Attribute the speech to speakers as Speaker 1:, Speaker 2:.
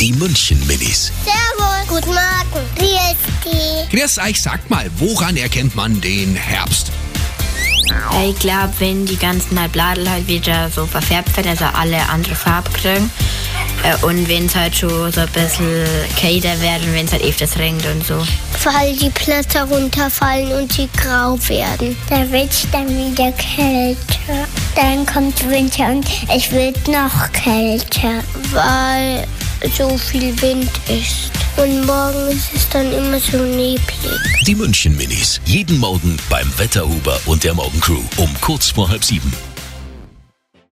Speaker 1: Die München Minis.
Speaker 2: Servus. Guten Morgen. Wie ist die?
Speaker 1: Grüß euch, sagt mal, woran erkennt man den Herbst?
Speaker 3: Äh, Ich glaube, wenn die ganzen Halbladel halt wieder so verfärbt werden, also alle andere Farbe kriegen. Äh, Und wenn es halt schon so ein bisschen kälter werden, wenn es halt öfters regnet und so.
Speaker 2: Weil die Blätter runterfallen und sie grau werden. Da wird es dann wieder kälter. Dann kommt Winter und es wird noch kälter. Weil so viel Wind ist. Und morgen ist es dann immer so neblig.
Speaker 1: Die München Minis. Jeden Morgen beim Wetterhuber und der Morgencrew um kurz vor halb sieben.